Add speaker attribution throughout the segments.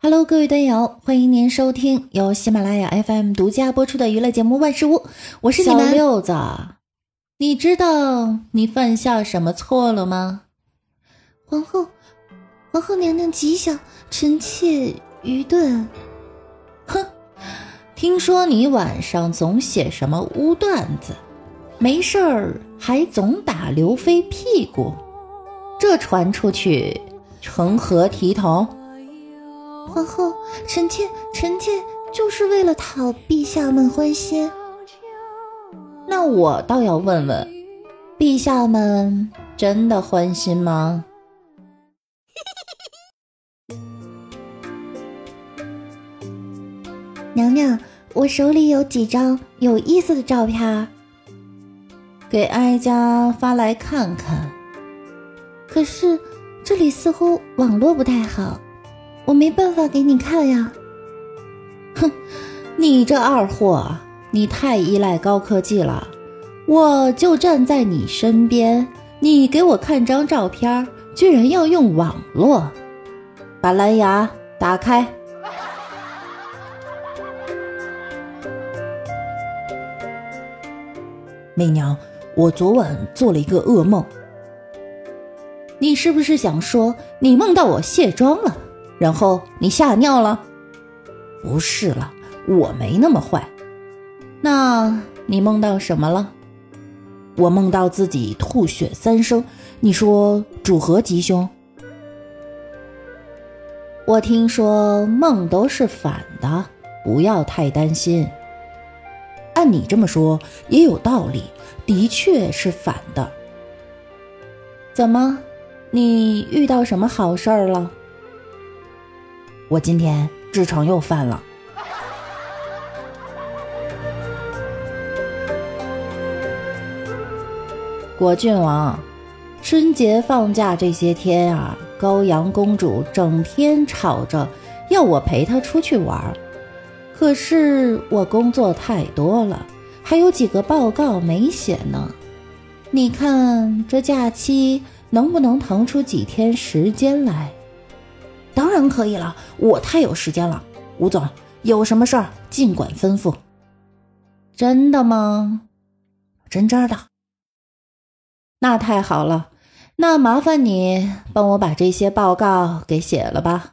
Speaker 1: Hello，各位队友，欢迎您收听由喜马拉雅 FM 独家播出的娱乐节目《万事屋》，我是小
Speaker 2: 小
Speaker 1: 六子。你知道你犯下什么错了吗？
Speaker 2: 皇后，皇后娘娘吉祥，臣妾愚钝。啊
Speaker 1: 听说你晚上总写什么污段子，没事儿还总打刘飞屁股，这传出去成何体统？
Speaker 2: 皇后，臣妾，臣妾就是为了讨陛下们欢心。
Speaker 1: 那我倒要问问，陛下们真的欢心吗？
Speaker 2: 娘娘，我手里有几张有意思的照片儿。
Speaker 1: 给哀家发来看看。
Speaker 2: 可是这里似乎网络不太好，我没办法给你看呀。
Speaker 1: 你这二货，啊你太依赖高科技了。我就站在你身边，你给我看张照片儿，居然要用网络。把蓝牙打开。媚娘，我昨晚做了一个噩梦。你是不是想说你梦到我卸妆了，然后你吓尿了？不是了，我没那么坏。那你梦到什么了？我梦到自己吐血三升。你说主何吉凶？我听说梦都是反的，不要太担心。按你这么说也有道理，的确是反的。怎么，你遇到什么好事儿了？我今天痔疮又犯了。果郡王，春节放假这些天啊，高阳公主整天吵着要我陪她出去玩儿，可是我工作太多了，还有几个报告没写呢。你看这假期能不能腾出几天时间来？当然可以了，我太有时间了。吴总，有什么事儿尽管吩咐。真的吗？真真儿的。那太好了，那麻烦你帮我把这些报告给写了吧。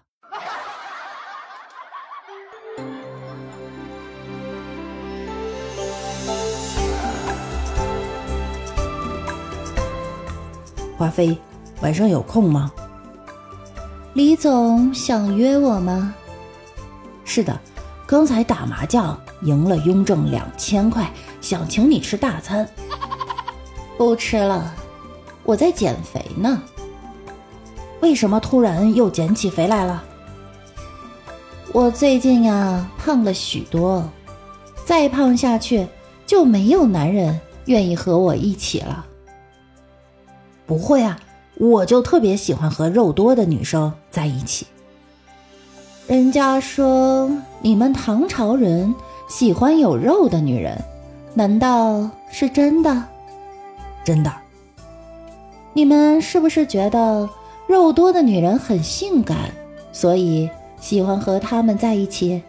Speaker 1: 华妃，晚上有空吗？
Speaker 2: 李总想约我吗？
Speaker 1: 是的，刚才打麻将赢了雍正两千块，想请你吃大餐。
Speaker 2: 不吃了，我在减肥呢。
Speaker 1: 为什么突然又减起肥来了？
Speaker 2: 我最近呀、胖了许多，再胖下去就没有男人愿意和我一起了。
Speaker 1: 不会啊，我就特别喜欢和肉多的女生在一起。
Speaker 2: 人家说你们唐朝人喜欢有肉的女人，难道是真的？
Speaker 1: 真的，
Speaker 2: 你们是不是觉得肉多的女人很性感，所以喜欢和她们在一起？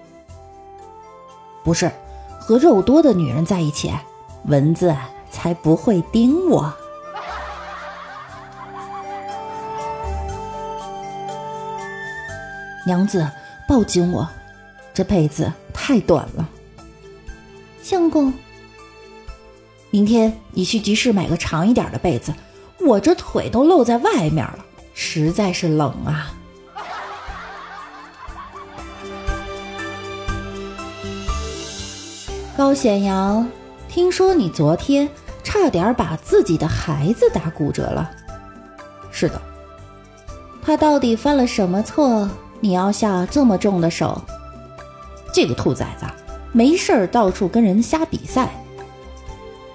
Speaker 1: 不是和肉多的女人在一起，蚊子啊才不会叮 我。娘子，抱紧我，这被子太短了。
Speaker 2: 相公，
Speaker 1: 明天你去集市买个长一点的被子，我这腿都露在外面了，实在是冷啊。
Speaker 2: 高显阳，
Speaker 1: 听说你昨天差点把自己的孩子打骨折了。是的，
Speaker 2: 他到底犯了什么错？你要下这么重的手？
Speaker 1: 这个兔崽子啊没事儿到处跟人瞎比赛。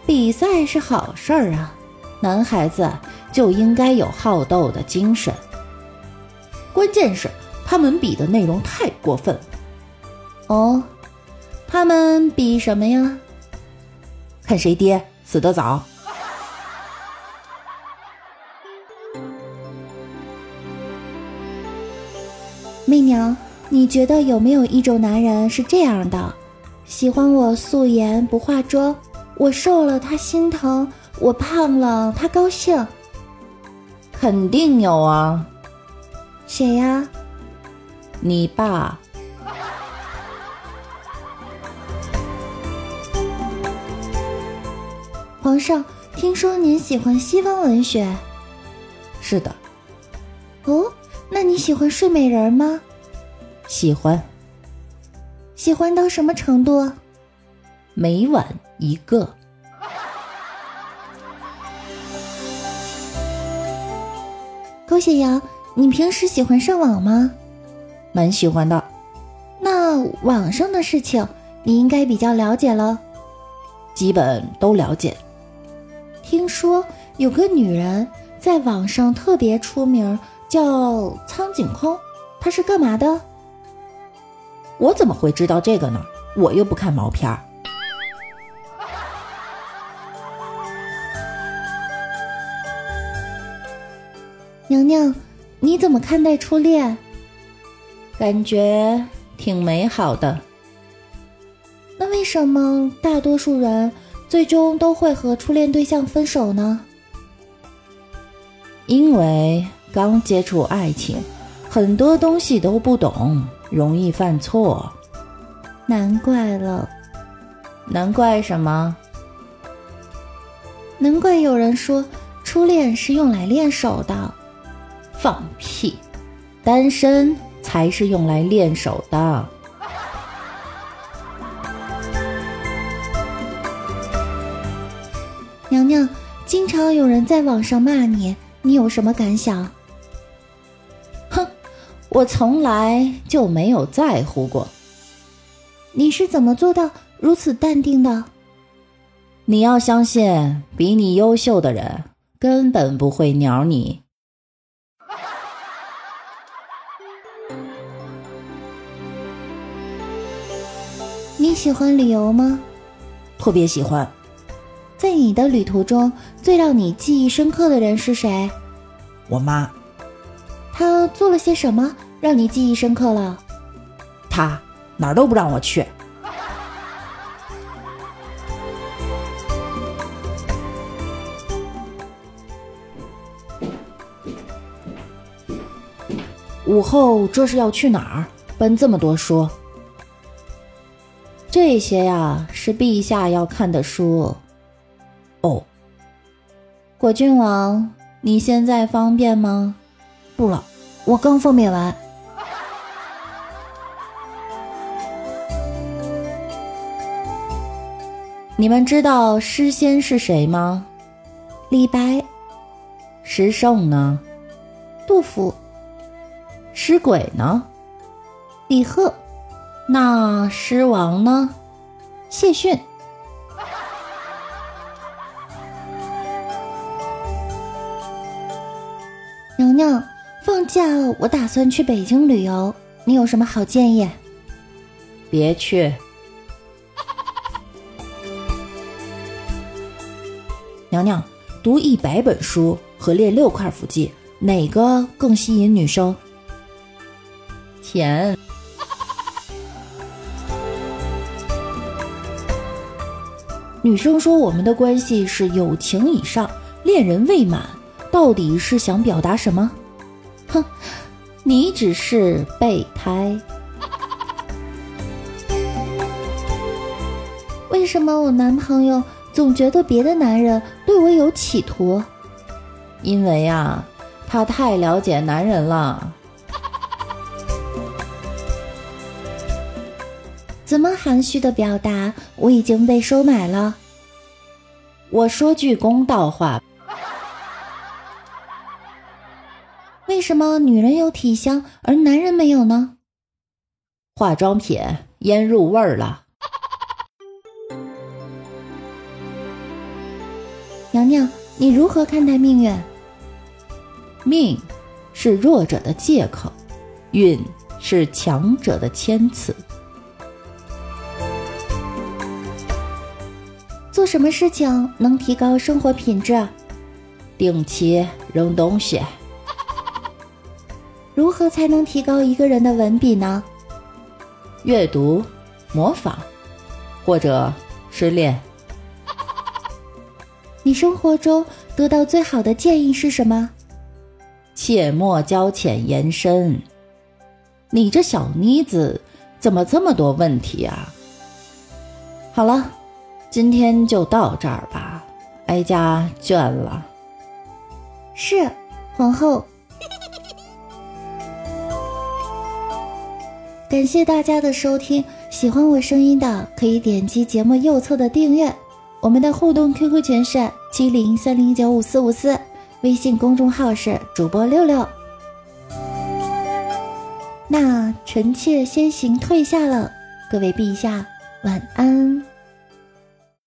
Speaker 2: 比赛是好事儿啊，男孩子就应该有好斗的精神。
Speaker 1: 关键是他们比的内容太过分了，
Speaker 2: 哦，他们比什么呀？
Speaker 1: 看谁爹死得早。
Speaker 2: 媚娘，
Speaker 1: 你觉得有没有一种男人是这样的？喜欢我素颜不化妆，我瘦了他心疼，我胖了他高兴。
Speaker 3: 肯定有啊，
Speaker 1: 谁呀、
Speaker 3: 你爸。
Speaker 1: 皇上，听说您喜欢西方文学
Speaker 3: 是的，
Speaker 1: 哦？那你喜欢睡美人吗？
Speaker 3: 喜欢，
Speaker 1: 喜欢到什么程度？
Speaker 3: 每晚一个。
Speaker 1: 高雪瑶，你平时喜欢上网吗？
Speaker 3: 蛮喜欢的，
Speaker 1: 那网上的事情你应该比较了解了。
Speaker 3: 基本都了解。
Speaker 1: 听说有个女人在网上特别出名，叫苍井空，她是干嘛的？
Speaker 3: 我怎么会知道这个呢？我又不看毛片儿。
Speaker 1: 娘娘，你怎么看待初恋？
Speaker 3: 感觉挺美好的。
Speaker 1: 那为什么大多数人最终都会和初恋对象分手呢？
Speaker 3: 因为刚接触爱情，很多东西都不懂，容易犯错。
Speaker 1: 难怪了，
Speaker 3: 难怪什么？
Speaker 1: 难怪有人说初恋是用来练手的。
Speaker 3: 放屁！单身才是用来练手的。
Speaker 1: 娘娘，经常有人在网上骂你，你有什么感想？
Speaker 3: 我从来就没有在乎过。
Speaker 1: 你是怎么做到如此淡定的？
Speaker 3: 你要相信，比你优秀的人根本不会鸟你。
Speaker 1: 你喜欢旅游吗？
Speaker 3: 特别喜欢
Speaker 1: 在你的旅途中，最让你记忆深刻的人是谁？
Speaker 3: 我妈，
Speaker 1: 他做了些什么让你记忆深刻了？
Speaker 3: 她哪儿都不让我去。午后这是要去哪儿？搬这么多书，
Speaker 1: 这些呀、是陛下要看的书。
Speaker 3: 哦，
Speaker 1: 果郡王，你现在方便吗？
Speaker 3: 不了，
Speaker 1: 我刚分娩完。
Speaker 3: 你们知道诗仙是谁吗？
Speaker 1: 李白、
Speaker 3: 诗圣呢？
Speaker 1: 杜甫、
Speaker 3: 诗鬼呢？
Speaker 1: 李贺、
Speaker 3: 那诗王呢？
Speaker 1: 谢逊，娘娘，放假我打算去北京旅游，你有什么好建议？
Speaker 3: 别去。 娘娘，读一百本书和练六块腹肌，哪个更吸引女生？钱。女生说我们的关系是友情以上，恋人未满，到底是想表达什么？
Speaker 1: 你只是备胎。为什么我男朋友总觉得别的男人对我有企图？
Speaker 3: 因为啊，她太了解男人了。
Speaker 1: 怎么含蓄的表达我已经被收买了？
Speaker 3: 我说句公道话，
Speaker 1: 为什么女人有体香而男人没有呢？
Speaker 3: 化妆品腌入味儿了。
Speaker 1: 娘娘，你如何看待命运？
Speaker 3: 命是弱者的借口，运是强者的谦词。
Speaker 1: 做什么事情能提高生活品质？啊
Speaker 3: 定期扔东西，
Speaker 1: 如何才能提高一个人的文笔呢？
Speaker 4: 阅读、模仿，或者失恋。
Speaker 1: 你生活中得到最好的建议是什么？
Speaker 4: 切莫交浅言深。你这小妮子怎么这么多问题啊？好了，今天就到这儿吧，哀家倦了。
Speaker 1: 是，皇后。感谢大家的收听，喜欢我声音的可以点击节目右侧的订阅。我们的互动 QQ 群是七零三零九五四五四，微信公众号是主播六六。那臣妾先行退下了，各位陛下晚安。